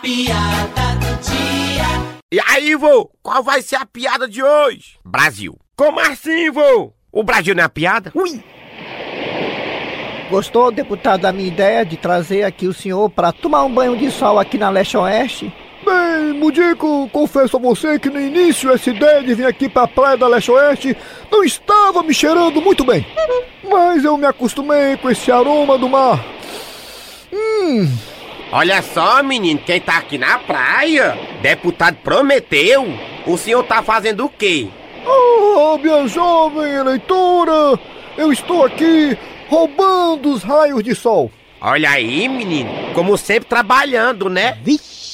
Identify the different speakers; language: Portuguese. Speaker 1: piada do dia.
Speaker 2: E aí, vô, qual vai ser a piada de hoje? Brasil. Como assim, vô? O Brasil não é uma piada? Ui!
Speaker 3: Gostou, deputado, da minha ideia de trazer aqui o senhor para tomar um banho de sol aqui na Leste Oeste?
Speaker 4: Bem, Mudico, confesso a você que no início essa ideia de vir aqui pra Praia da Leste Oeste não estava me cheirando muito bem. Mas eu me acostumei com esse aroma do mar.
Speaker 2: Olha só, menino, quem tá aqui na praia? Deputado Prometeu. O senhor tá fazendo o quê?
Speaker 4: Oh, minha jovem eleitora, eu estou aqui roubando os raios de sol.
Speaker 2: Olha aí, menino, como sempre trabalhando, né? Vixe!